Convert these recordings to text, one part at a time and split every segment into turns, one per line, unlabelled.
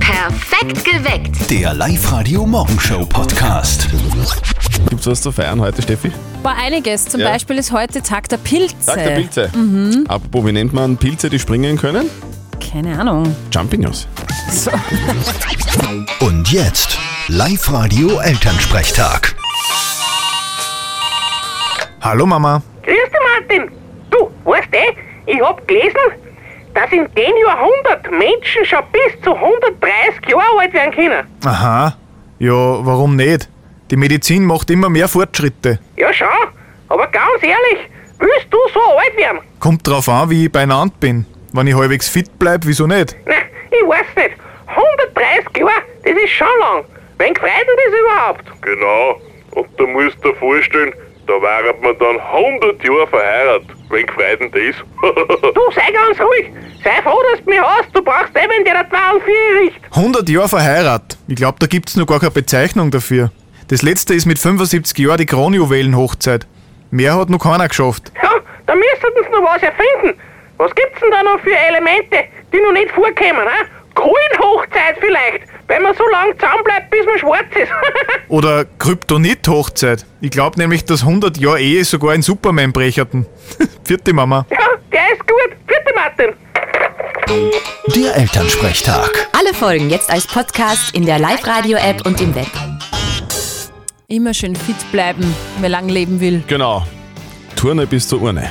Perfekt geweckt.
Der Live-Radio-Morgenshow-Podcast.
Gibt's was zu feiern heute, Steffi?
War einiges. Zum
Ja.
Beispiel ist heute Tag der Pilze.
Tag der Pilze. Apropos, wie nennt man Pilze, die springen können?
Keine Ahnung.
Jumpinos.
Und jetzt Live-Radio Elternsprechtag.
Hallo Mama.
Grüß dich, Martin. Du, weißt eh, ich hab gelesen, dass in dem Jahrhundert Menschen schon bis zu 130 Jahre alt werden können.
Aha. Ja, warum nicht? Die Medizin macht immer mehr Fortschritte.
Ja, schon. Aber ganz ehrlich, willst du so alt werden?
Kommt drauf an, wie ich beieinander bin. Wenn ich halbwegs fit bleib, wieso nicht?
Na, ich weiß nicht. 130 Jahre, das ist schon lang. Wen freut denn das überhaupt?
Genau. Und du musst dir vorstellen, da wären wir dann 100 Jahre verheiratet. Wen gefreut denn das?
Du, sei ganz ruhig. Sei froh, dass du mich hast. Du brauchst eben der 42 Richt.
100 Jahre verheiratet. Ich glaube, da gibt's noch gar keine Bezeichnung dafür. Das letzte ist mit 75 Jahren die Kronjuwelenhochzeit. Mehr hat noch keiner geschafft.
Ja, da müssten sie noch was erfinden. Was gibt's denn da noch für Elemente, die noch nicht vorkommen, hä? Kohlenhochzeit vielleicht, wenn man so lange zusammenbleibt, bis man schwarz ist.
Oder Kryptonit-Hochzeit. Ich glaube nämlich, dass 100 Jahre Ehe sogar in Superman brecherten. Vierte Mama.
ja, der ist gut. Vierte Martin.
Der Elternsprechtag.
Alle Folgen jetzt als Podcast in der Live-Radio-App und im Web.
Immer schön fit bleiben, wer lang leben will.
Genau. Turne bis zur Urne.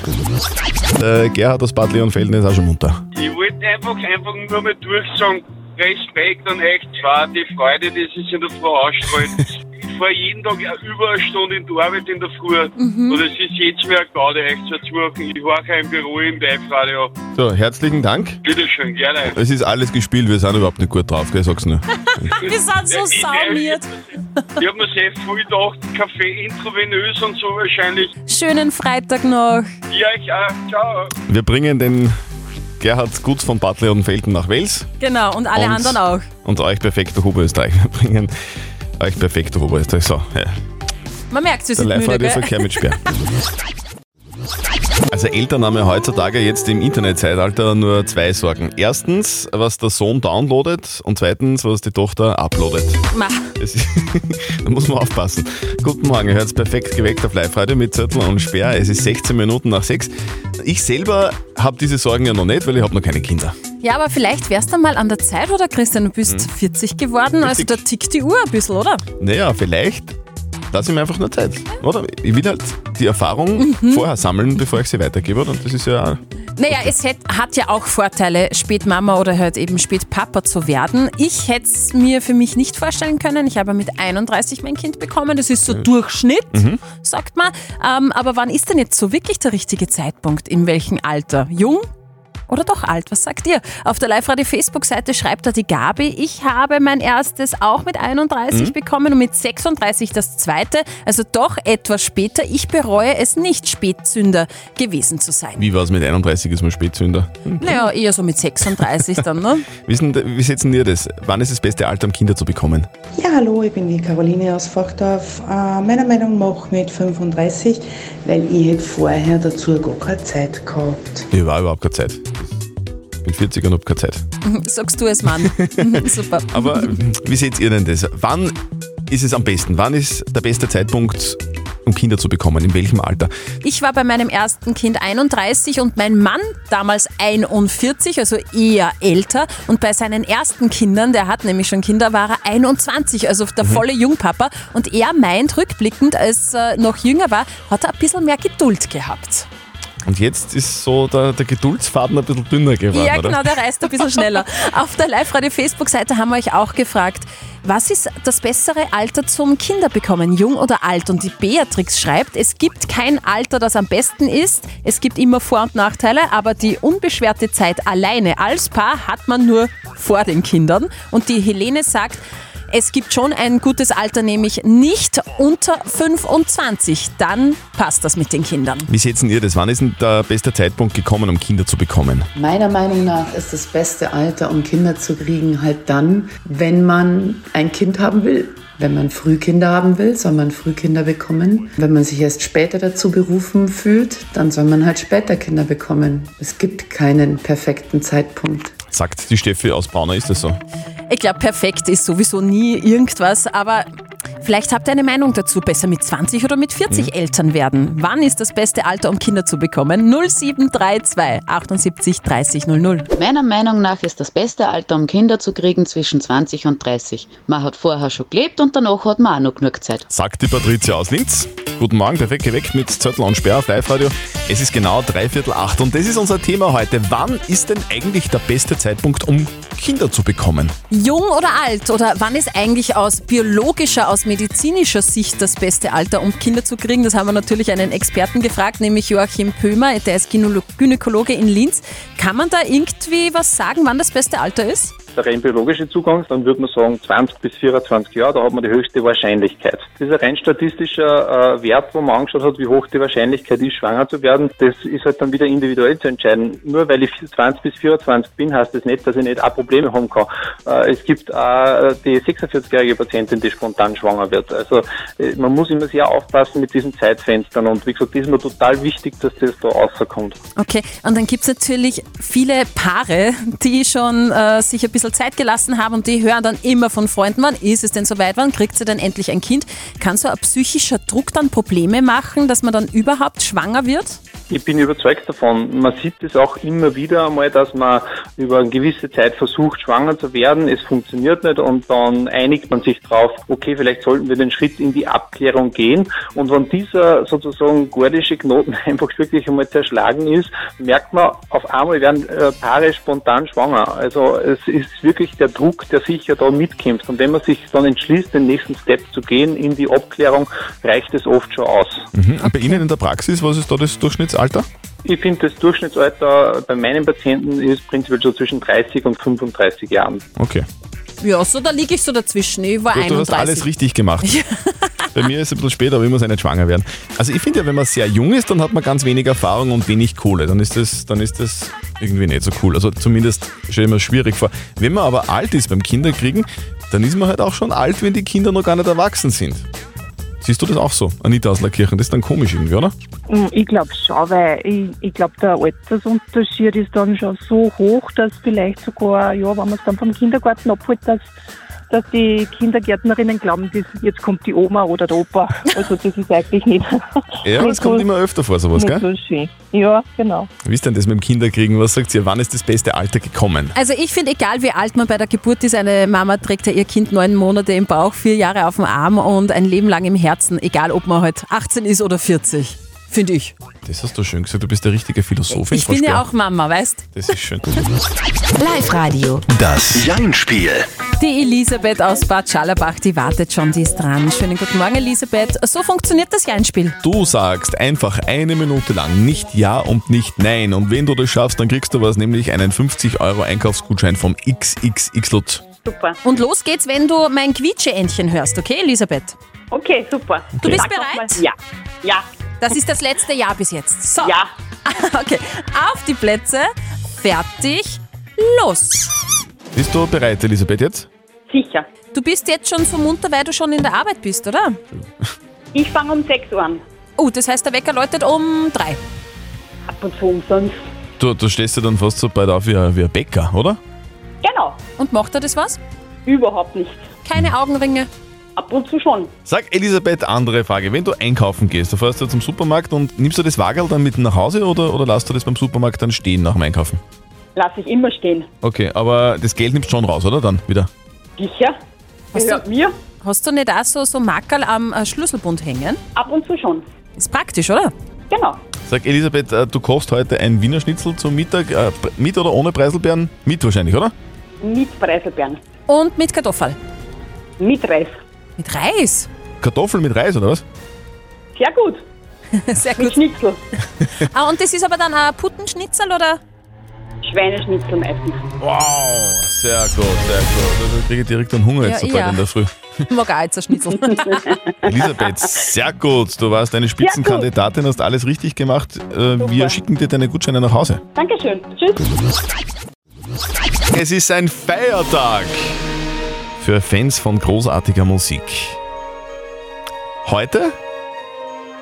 Äh, Gerhard aus Bad Leonfelden ist auch schon munter.
Ich wollte einfach, einfach nur mal durchsagen, Respekt an euch zwei, die Freude, die sich in der Früh ausstrahlt. ich fahre jeden Tag über eine Stunde in die Arbeit in der Früh und es ist jetzt mehr eine Gaudi, euch zwei zu machen. Ich horche im Büro im Live-Radio.
So, herzlichen Dank.
Bitteschön, gerne.
Es ist alles gespielt, wir sind überhaupt nicht gut drauf, gell? Sag's nur.
Wir sind so saumiert.
Ich habe mir sehr viel gedacht, Kaffee intravenös und so wahrscheinlich.
Schönen Freitag noch.
Ja, ich auch. Ciao.
Wir bringen den Gerhard Gutz von Bad Leonfelden nach Wels.
Genau, und alle
und-
anderen auch.
Und euch perfekt nach Oberösterreich. Wir bringen euch perfekt nach Oberösterreich. So, ja.
Man merkt, wir
Der eh
sind müde, gell?
Live-Radio-Verkehr mit Sperr. Also Eltern haben ja heutzutage jetzt im Internetzeitalter nur zwei Sorgen. Erstens, was der Sohn downloadet und zweitens, was die Tochter uploadet.
Ma,
Das ist- da muss man aufpassen. Guten Morgen, hört's perfekt geweckt auf Live-Radio mit Zettel und Sperr. Es ist 16 Minuten nach 6. Ich selber habe diese Sorgen ja noch nicht, weil ich habe noch keine Kinder.
Ja, aber vielleicht wär's dann mal an der Zeit, oder Christian? Du bist
Hm.
40 geworden, also
Richtig.
da tickt die Uhr ein bisschen, oder?
Naja, vielleicht lasse ich mir einfach nur Zeit, oder? Ich will halt die Erfahrung vorher sammeln, bevor ich sie weitergebe. Und das ist ja
Naja, es hätt, hat ja auch Vorteile, spät Mama oder halt eben spät Papa zu werden. Ich hätte es mir für mich nicht vorstellen können. Ich habe mit 31 mein Kind bekommen. Das ist so Durchschnitt, sagt man. Ähm, aber wann ist denn jetzt so wirklich der richtige Zeitpunkt? In welchem Alter? Jung? Oder doch alt, was sagt ihr? Auf der Live-Radio-Facebook-Seite schreibt da die Gabi, ich habe mein erstes auch mit 31 bekommen und mit 36 das zweite, also doch etwas später. Ich bereue es nicht, Spätzünder gewesen zu sein.
Wie war es mit 31 ist man Spätzünder? Hm.
Naja, eher so mit 36 dann, ne?
Wissen, wie setzen ihr das? Wann ist das beste Alter, um Kinder zu bekommen?
Ja, hallo, ich bin die Caroline aus Forchdorf. Äh, meiner Meinung nach mit 35, weil ich hätte vorher dazu gar keine Zeit gehabt.
Ich war überhaupt keine Zeit. Ich bin 40 und hab keine Zeit.
Sagst du es, Mann. Super.
Aber wie seht ihr denn das? Wann ist es am besten? Wann ist der beste Zeitpunkt, um Kinder zu bekommen? In welchem Alter?
Ich war bei meinem ersten Kind 31 und mein Mann damals 41, also eher älter. Und bei seinen ersten Kindern, der hat nämlich schon Kinder, war er 21, also der volle Jungpapa. Und er meint rückblickend, als er noch jünger war, hat er ein bisschen mehr Geduld gehabt.
Und jetzt ist so der, der Geduldsfaden ein bisschen dünner geworden,
Ja,
oder?
genau, der reist ein bisschen schneller. Auf der Live-Radio-Facebook-Seite haben wir euch auch gefragt, was ist das bessere Alter zum Kinderbekommen, jung oder alt? Und die Beatrix schreibt, es gibt kein Alter, das am besten ist. Es gibt immer Vor- und Nachteile, aber die unbeschwerte Zeit alleine als Paar hat man nur vor den Kindern. Und die Helene sagt, es gibt schon ein gutes Alter, nämlich nicht unter 25. Dann passt das mit den Kindern.
Wie seht ihr das? Wann ist denn der beste Zeitpunkt gekommen, um Kinder zu bekommen?
Meiner Meinung nach ist das beste Alter, um Kinder zu kriegen, halt dann, wenn man ein Kind haben will. Wenn man Frühkinder haben will, soll man Frühkinder bekommen. Wenn man sich erst später dazu berufen fühlt, dann soll man halt später Kinder bekommen. Es gibt keinen perfekten Zeitpunkt.
sagt die Steffi aus Braunau, ist das so?
Ich glaube, perfekt ist sowieso nie irgendwas, aber vielleicht habt ihr eine Meinung dazu. Besser mit 20 oder mit 40 Eltern werden? Wann ist das beste Alter, um Kinder zu bekommen? 0732 78 30 00.
Meiner Meinung nach ist das beste Alter, um Kinder zu kriegen, zwischen 20 und 30. Man hat vorher schon gelebt und danach hat man auch noch genug Zeit.
Sagt die Patricia aus Linz. Guten Morgen, perfekt geweckt mit Zettel und Sperr auf Live-Radio. Es ist genau dreiviertel acht und das ist unser Thema heute. Wann ist denn eigentlich der beste Zeitpunkt, um Kinder zu bekommen?
Jung oder alt? Oder wann ist eigentlich aus biologischer, aus medizinischer Sicht das beste Alter, um Kinder zu kriegen? Das haben wir natürlich einen Experten gefragt, nämlich Joachim Pömer, der ist Gynolo- Gynäkologe in Linz. Kann man da irgendwie was sagen, wann das beste Alter ist?
der rein biologische Zugang, dann würde man sagen 20 bis 24 Jahre, da hat man die höchste Wahrscheinlichkeit. Das ist ein rein statistischer äh, Wert, wo man angeschaut hat, wie hoch die Wahrscheinlichkeit ist, schwanger zu werden. Das ist halt dann wieder individuell zu entscheiden. Nur weil ich 20 bis 24 bin, heißt das nicht, dass ich nicht auch Probleme haben kann. Äh, es gibt auch äh, die 46-jährige Patientin, die spontan schwanger wird. Also äh, man muss immer sehr aufpassen mit diesen Zeitfenstern und wie gesagt, das ist mir total wichtig, dass das da rauskommt.
Okay, und dann gibt es natürlich viele Paare, die schon äh, sich ein bisschen Zeit gelassen haben und die hören dann immer von Freunden, wann ist es denn soweit, wann kriegt sie denn endlich ein Kind? Kann so ein psychischer Druck dann Probleme machen, dass man dann überhaupt schwanger wird?
Ich bin überzeugt davon. Man sieht es auch immer wieder einmal, dass man über eine gewisse Zeit versucht, schwanger zu werden. Es funktioniert nicht und dann einigt man sich drauf, okay, vielleicht sollten wir den Schritt in die Abklärung gehen. Und wenn dieser sozusagen gordische Knoten einfach wirklich einmal zerschlagen ist, merkt man, auf einmal werden äh, Paare spontan schwanger. Also es ist wirklich der Druck, der sich ja da mitkämpft. Und wenn man sich dann entschließt, den nächsten Step zu gehen in die Abklärung, reicht es oft schon aus.
Mhm. Und bei Ihnen in der Praxis, was ist da das Durchschnittsalter?
Ich finde, das Durchschnittsalter bei meinen Patienten ist prinzipiell so zwischen 30 und 35 Jahren.
Okay.
Ja, so, da liege ich so dazwischen. Ich war
Gut, du
31.
hast alles richtig gemacht. Bei mir ist es ein bisschen später, aber ich muss ja nicht schwanger werden. Also ich finde ja, wenn man sehr jung ist, dann hat man ganz wenig Erfahrung und wenig Kohle. Dann ist das, dann ist das irgendwie nicht so cool. Also zumindest stelle ich mir schwierig vor. Wenn man aber alt ist beim Kinderkriegen, dann ist man halt auch schon alt, wenn die Kinder noch gar nicht erwachsen sind. Siehst du das auch so, Anita aus Lackirchen? Das ist dann komisch irgendwie, oder?
Mm, Ich glaube schon, weil ich, ich glaube, der Altersunterschied ist dann schon so hoch, dass vielleicht sogar, ja, wenn man es dann vom Kindergarten abholt, dass, dass die Kindergärtnerinnen glauben, das, jetzt kommt die Oma oder der Opa. Also das ist eigentlich nicht,
Ja,
Nicht
das kommt
so-
immer öfter vor, sowas,
nicht
gell?
so schön. Ja, genau.
Wie ist denn das mit dem Kinderkriegen? Was sagt ihr? Wann ist das beste Alter gekommen?
Also ich finde, egal wie alt man bei der Geburt ist, eine Mama trägt ja ihr Kind neun Monate im Bauch, vier Jahre auf dem Arm und ein Leben lang im Herzen, egal ob man heute 18 ist oder 40. Finde ich.
Das hast du schön gesagt. Du bist der richtige Philosoph.
Ich bin ja auch Mama, weißt?
Das ist schön.
Live-Radio.
Das Jein-Spiel.
Die Elisabeth aus Bad Schallerbach, die wartet schon, die ist dran. Schönen guten Morgen, Elisabeth. So funktioniert das Jeinspiel.
Du sagst einfach eine Minute lang nicht Ja und nicht Nein. Und wenn du das schaffst, dann kriegst du was, nämlich einen 50 Euro Einkaufsgutschein vom XXXLutz.
Super. Und los geht's, wenn du mein Quietscheentchen hörst, okay, Elisabeth?
Okay, super.
Du bist
Sag noch
bereit?
mal Ja. Ja.
Das ist das letzte Jahr bis jetzt. So. Ja. Okay, auf die Plätze, fertig, los.
Bist du bereit, Elisabeth, jetzt?
Sicher.
Du bist jetzt schon so munter, weil du schon in der Arbeit bist, oder?
Ich fange um 6 Uhr an.
Oh, das heißt, der Wecker läutet um drei.
Ab und zu umsonst.
Du, du stehst ja dann fast so bald auf wie ein, wie ein Bäcker, oder?
Genau.
Und macht er das was?
Überhaupt nicht.
Keine Augenringe.
Ab und zu schon.
Sag Elisabeth, andere Frage. Wenn du einkaufen gehst, du fährst du zum Supermarkt und nimmst du das Wagerl dann mit nach Hause oder, oder lässt du das beim Supermarkt dann stehen nach dem Einkaufen?
Lass ich immer stehen.
Okay, aber das Geld nimmst du schon raus, oder? Dann wieder.
Sicher.
Hast
Gehört
du,
mir.
hast du nicht auch so, so Makerl am äh, Schlüsselbund hängen?
Ab und zu schon.
Ist praktisch, oder?
Genau.
Sag Elisabeth, äh, du kochst heute ein Wiener Schnitzel zum Mittag, äh, pre- mit oder ohne Preiselbeeren? Mit wahrscheinlich, oder?
Mit Preiselbeeren.
Und mit Kartoffel.
Mit Reis.
Mit Reis.
Kartoffeln mit Reis, oder was?
Sehr gut.
Sehr
Mit
gut.
Schnitzel.
Ah, und das ist aber dann ein Puttenschnitzel, oder?
Schweineschnitzel meistens.
Wow, sehr gut, sehr gut. Also, Ich kriege direkt einen Hunger jetzt
Ja,
so bald
ja.
in der Früh.
Mag auch jetzt ein Schnitzel.
Elisabeth, sehr gut. Du warst eine Spitzenkandidatin, hast alles richtig gemacht. Äh, wir schicken dir deine Gutscheine nach Hause.
Dankeschön. Tschüss.
Es ist ein Feiertag für Fans von großartiger Musik. Heute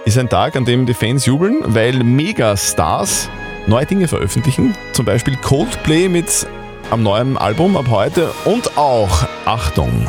ist ein Tag, an dem die Fans jubeln, weil Megastars neue Dinge veröffentlichen. Zum Beispiel Coldplay mit am neuen Album ab heute. Und auch, Achtung,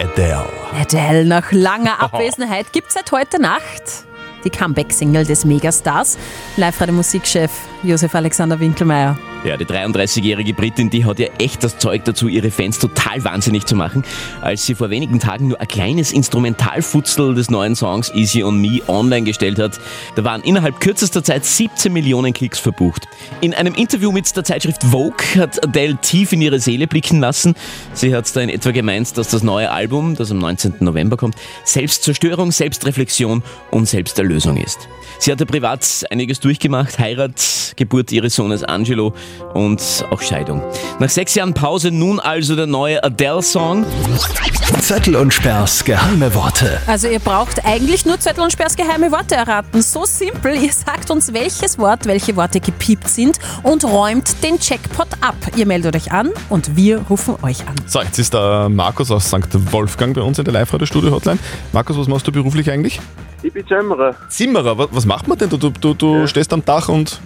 Adele.
Adele, nach langer Abwesenheit gibt es seit heute Nacht die Comeback-Single des Megastars. Live-Radio-Musikchef Josef Alexander Winkelmeier.
Ja, die 33-jährige Britin, die hat ja echt das Zeug dazu, ihre Fans total wahnsinnig zu machen. Als sie vor wenigen Tagen nur ein kleines Instrumentalfutzel des neuen Songs Easy on Me online gestellt hat, da waren innerhalb kürzester Zeit 17 Millionen Klicks verbucht. In einem Interview mit der Zeitschrift Vogue hat Adele tief in ihre Seele blicken lassen. Sie hat da in etwa gemeint, dass das neue Album, das am 19. November kommt, Selbstzerstörung, Selbstreflexion und Selbsterlösung ist. Sie hatte privat einiges durchgemacht, Heirat, Geburt ihres Sohnes Angelo und auch Scheidung. Nach sechs Jahren Pause nun also der neue Adele-Song.
Zettel und Sperrs geheime Worte.
Also ihr braucht eigentlich nur Zettel und Sperrs geheime Worte erraten. So simpel, ihr sagt uns, welches Wort, welche Worte gepiept sind und räumt den Jackpot ab. Ihr meldet euch an und wir rufen euch an.
So, jetzt ist der Markus aus St. Wolfgang bei uns in der Live-Radio-Studio-Hotline. Markus, was machst du beruflich eigentlich?
Ich bin Zimmerer.
Zimmerer, was, was macht man denn? Du, du, du, du stehst am Dach und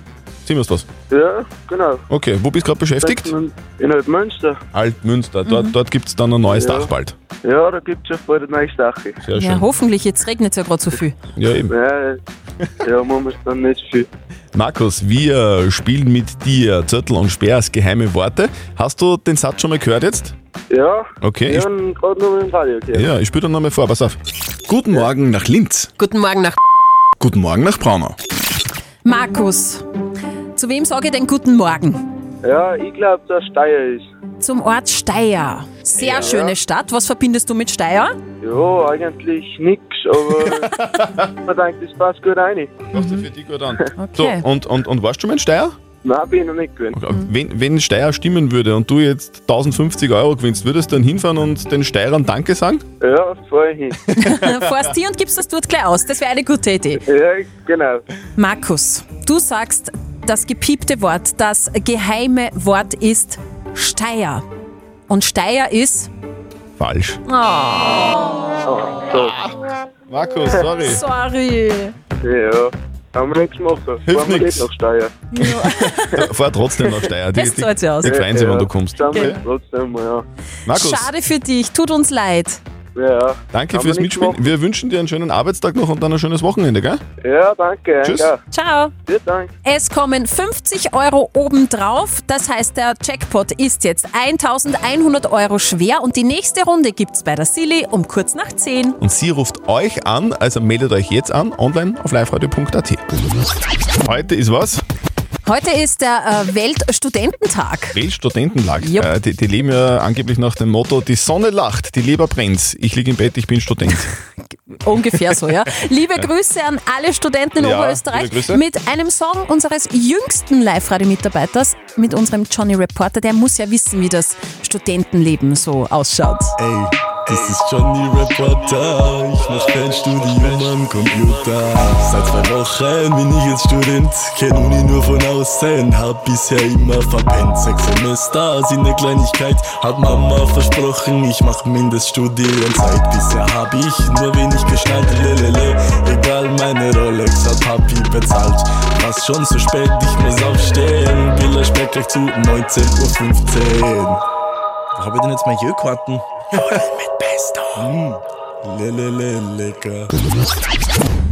zimmerst was.
Ja, genau.
Okay, wo bist du gerade beschäftigt? Mhm.
Innerhalb Münster.
Altmünster, dort, dort gibt es dann ein neues
Ja.
Dach bald.
Ja, da gibt es ja bald eine neue Sache.
Sehr
Ja,
schön.
hoffentlich, jetzt regnet es ja gerade so viel.
Ja, eben.
Ja, ja momentan nicht viel.
Markus, wir spielen mit dir Zettel und Sperrs geheime Worte. Hast du den Satz schon mal gehört jetzt?
Ja,
Okay,
ich
ich-
habe gerade noch mit dem Radio gehört.
Ja, ich spiele dann nochmal vor, pass auf. Guten Morgen nach Linz.
Guten Morgen nach
Guten Morgen nach Braunau.
Markus. Zu wem sage ich denn guten Morgen?
Ja, ich glaube, der Steier ist.
Zum Ort Steyr. Sehr
Ja.
schöne Stadt. Was verbindest du mit Steyr?
Ja, eigentlich nix, aber man denkt, das passt gut rein.
Passt für dich gut an.
Mhm.
So, und, und, und warst du schon mal in Steyr?
Nein, bin ich noch nicht gewesen.
Wenn, wenn Steyr stimmen würde und du jetzt 1050 Euro gewinnst, würdest du dann hinfahren und den Steyrern Danke sagen?
Ja, fahr ich hin.
Fährst hier und gibst das dort gleich aus. Das wäre eine gute Idee.
Ja, genau.
Markus, du sagst, das gepiepte Wort, das geheime Wort ist Steier. Und Steier ist.
Falsch.
Oh.
So.
Markus, sorry.
Sorry.
Ja, haben wir nichts gemacht. Fahren wir
nix.
nicht nach Steier.
Fahr trotzdem nach Steyr. Die,
Es
die,
zahlt sich aus.
die freuen sich,
Ja,
wenn du kommst.
Schauen wir
Okay.
trotzdem mal, ja.
Markus,
Schade für dich, tut uns leid.
Ja,
danke
Haben
fürs
wir nichts
Mitspielen. Wir wünschen dir einen schönen Arbeitstag noch und dann ein schönes Wochenende, gell?
ja danke.
Tschüss.
Ja.
Ciao.
Vielen Dank.
Es kommen 50 Euro obendrauf. Das heißt, der Jackpot ist jetzt 1100 Euro schwer und die nächste Runde gibt's bei der Silly um kurz nach 10.
Und sie ruft euch an, also meldet euch jetzt an, online auf liveradio.at. Heute ist was?
Heute ist der äh, Weltstudententag.
Weltstudententag. Äh, die, die leben ja angeblich nach dem Motto, die Sonne lacht, die Leber brennt. Ich liege im Bett, ich bin Student.
Ungefähr so, ja. Liebe
Ja.
Grüße an alle Studenten in
Ja,
Oberösterreich
liebe Grüße.
mit einem Song unseres jüngsten Live-Radio-Mitarbeiters, mit unserem Johnny Reporter. Der muss ja wissen, wie das Studentenleben so ausschaut.
Ey, das ist Johnny Reporter. Ich mach Fernstudium am Computer. Seit zwei Wochen bin ich jetzt Student. Kenn Uni nur von außen. Hab bisher immer verpennt. Sechs Semester sind eine Kleinigkeit. Hat Mama versprochen, ich mach Mindeststudienzeit. Bisher hab ich nur wenig geschnallt. Lelele, egal meine Rolex hat Papi bezahlt. Was schon zu spät, ich muss aufstehen. Biller spät gleich zu 19.15 Uhr. Wo hab ich denn jetzt mein Jökarten? mit Pesto. Mm. Le, le, le, lecker.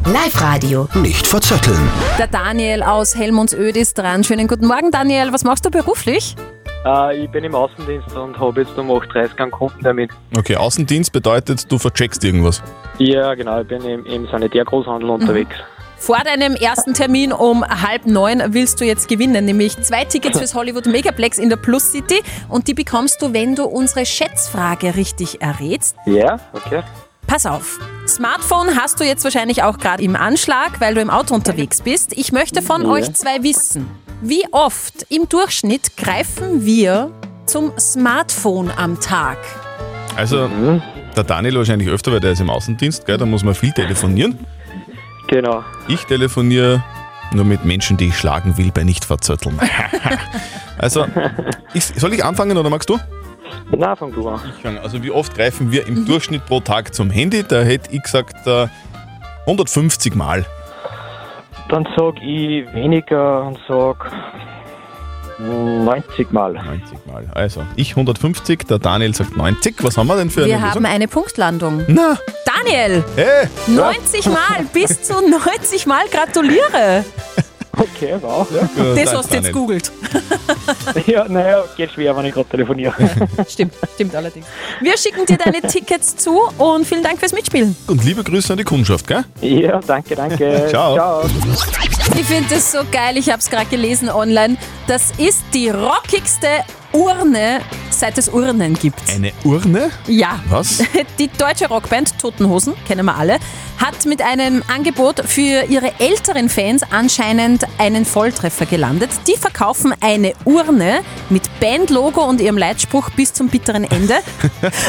Live-Radio.
Nicht verzetteln.
Der Daniel aus Helmundsöd ist dran. Schönen guten Morgen, Daniel. Was machst du beruflich?
Äh, ich bin im Außendienst und habe jetzt um 8.30 Uhr einen Kunden damit.
Okay, Außendienst bedeutet, du vercheckst irgendwas.
Ja, genau, ich bin im, im Sanitärgroßhandel
Mhm.
unterwegs.
Vor deinem ersten Termin um halb neun willst du jetzt gewinnen, nämlich zwei Tickets fürs Hollywood Megaplex in der Plus City und die bekommst du, wenn du unsere Schätzfrage richtig errätst.
Ja, okay.
Pass auf. Smartphone hast du jetzt wahrscheinlich auch gerade im Anschlag, weil du im Auto unterwegs bist. Ich möchte von
Ja.
euch zwei wissen, wie oft im Durchschnitt greifen wir zum Smartphone am Tag?
Also,
Mhm.
der Daniel wahrscheinlich öfter, weil der ist im Außendienst, gell? da muss man viel telefonieren.
Genau.
Ich telefoniere nur mit Menschen, die ich schlagen will, bei nicht verzötteln. also, ich, soll ich anfangen oder magst du?
Na, fang du an.
Also, wie oft greifen wir
Mhm.
im Durchschnitt pro Tag zum Handy? Da hätte ich gesagt, äh, 150 Mal.
Dann sag ich weniger und sag
90 Mal. 90 Mal. Also, ich 150, der Daniel sagt 90. Was haben wir denn für
Wir
eine
haben
Lösung?
eine Punktlandung.
Na.
Daniel!
Hey,
90 Mal, bis zu 90 Mal gratuliere.
Okay, wow.
das hast du jetzt googelt.
Ja, naja, geht schwer, wenn ich gerade telefoniere.
Stimmt, stimmt allerdings. Wir schicken dir deine Tickets zu und vielen Dank fürs Mitspielen.
Und liebe Grüße an die Kundschaft, gell?
Ja, danke, danke.
Ciao.
Ich finde das so geil, ich habe es gerade gelesen online. Das ist die rockigste Urne, seit es Urnen gibt.
Eine Urne?
Ja.
Was?
Die deutsche Rockband Totenhosen, kennen wir alle, hat mit einem Angebot für ihre älteren Fans anscheinend einen Volltreffer gelandet. Die verkaufen eine Urne mit Bandlogo und ihrem Leitspruch bis zum bitteren Ende.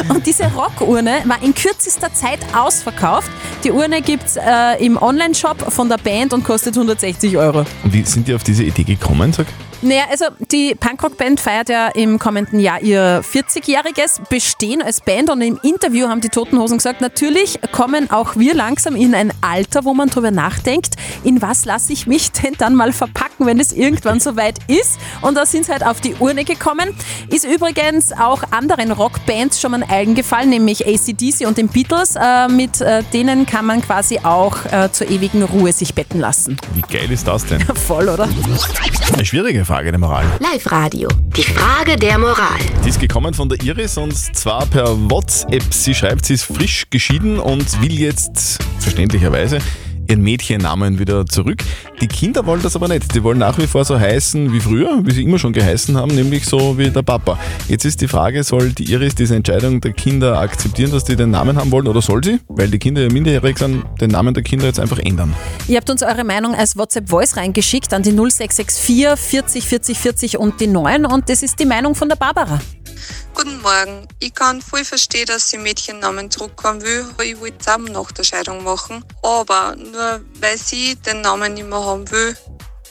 Und diese Rockurne war in kürzester Zeit ausverkauft. Die Urne gibt's äh, im Onlineshop von der Band und kostet 160 Euro.
Und wie sind die auf diese Idee gekommen? Sag.
Naja, also die Punkrock-Band feiert ja im kommenden Jahr ihr 40-jähriges Bestehen als Band und im Interview haben die Toten Hosen gesagt, natürlich kommen auch wir langsam in ein Alter, wo man drüber nachdenkt, in was lasse ich mich denn dann mal verpacken, wenn es irgendwann soweit ist. Und da sind sie halt auf die Urne gekommen. Ist übrigens auch anderen Rockbands schon mal eigen gefallen, nämlich ACDC und den Beatles. Äh, mit äh, denen kann man quasi auch äh, zur ewigen Ruhe sich betten lassen.
Wie geil ist das denn?
Voll, oder?
Eine schwierige Frage der Moral.
Live-Radio. Die Frage der Moral.
Die ist gekommen von der Iris und zwar per WhatsApp. Sie schreibt, sie ist frisch geschieden und will jetzt verständlicherweise ihren Mädchennamen wieder zurück. Die Kinder wollen das aber nicht. Die wollen nach wie vor so heißen wie früher, wie sie immer schon geheißen haben, nämlich so wie der Papa. Jetzt ist die Frage, soll die Iris diese Entscheidung der Kinder akzeptieren, dass die den Namen haben wollen oder soll sie, weil die Kinder ja minderjährig sind, den Namen der Kinder jetzt einfach ändern?
Ihr habt uns eure Meinung als WhatsApp-Voice reingeschickt an die 0664 40 40 40 und die 9 und das ist die Meinung von der Barbara.
Guten Morgen. Ich kann voll verstehen, dass sie Mädchennamen zurückhaben will. Ich will zusammen nach der Scheidung machen. Aber nur weil sie den Namen nicht mehr haben will,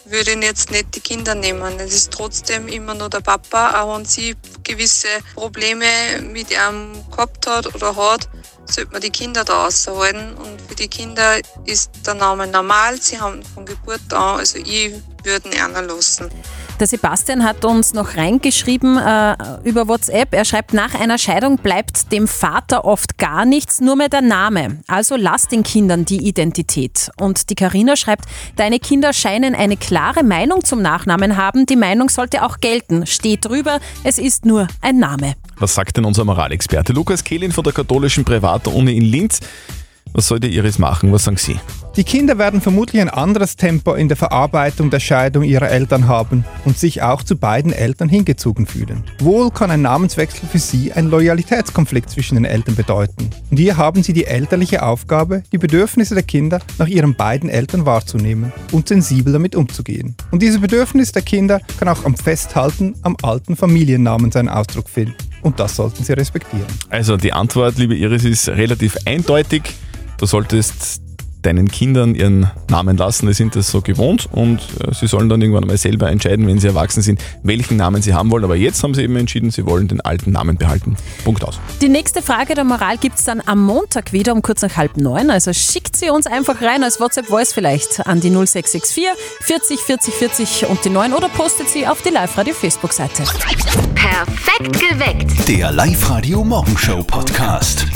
würde ich jetzt nicht die Kinder nehmen. Es ist trotzdem immer nur der Papa, auch wenn sie gewisse Probleme mit ihm gehabt hat oder hat, sollte man die Kinder da raushalten. Und für die Kinder ist der Name normal. Sie haben von Geburt an, also ich würde ihn einer lassen.
Der Sebastian hat uns noch reingeschrieben äh, über WhatsApp. Er schreibt, nach einer Scheidung bleibt dem Vater oft gar nichts, nur mehr der Name. Also lass den Kindern die Identität. Und die Karina schreibt, deine Kinder scheinen eine klare Meinung zum Nachnamen haben. Die Meinung sollte auch gelten. Steht drüber, es ist nur ein Name.
Was sagt denn unser Moralexperte Lukas Kehlin von der katholischen Privatuni in Linz? Was soll die Iris machen? Was sagen Sie?
Die Kinder werden vermutlich ein anderes Tempo in der Verarbeitung der Scheidung ihrer Eltern haben und sich auch zu beiden Eltern hingezogen fühlen. Wohl kann ein Namenswechsel für sie einen Loyalitätskonflikt zwischen den Eltern bedeuten. Und hier haben sie die elterliche Aufgabe, die Bedürfnisse der Kinder nach ihren beiden Eltern wahrzunehmen und sensibel damit umzugehen. Und dieses Bedürfnis der Kinder kann auch am Festhalten am alten Familiennamen seinen Ausdruck finden. Und das sollten sie respektieren.
Also die Antwort, liebe Iris, ist relativ eindeutig. Du solltest deinen Kindern ihren Namen lassen, die sind das so gewohnt und äh, sie sollen dann irgendwann mal selber entscheiden, wenn sie erwachsen sind, welchen Namen sie haben wollen. Aber jetzt haben sie eben entschieden, sie wollen den alten Namen behalten. Punkt aus.
Die nächste Frage der Moral gibt's dann am Montag wieder um kurz nach halb neun. Also schickt sie uns einfach rein als WhatsApp-Voice vielleicht an die 0664 40 40 40 und die 9 oder postet sie auf die Live-Radio-Facebook-Seite.
Perfekt geweckt.
Der Live-Radio Morgenshow Podcast.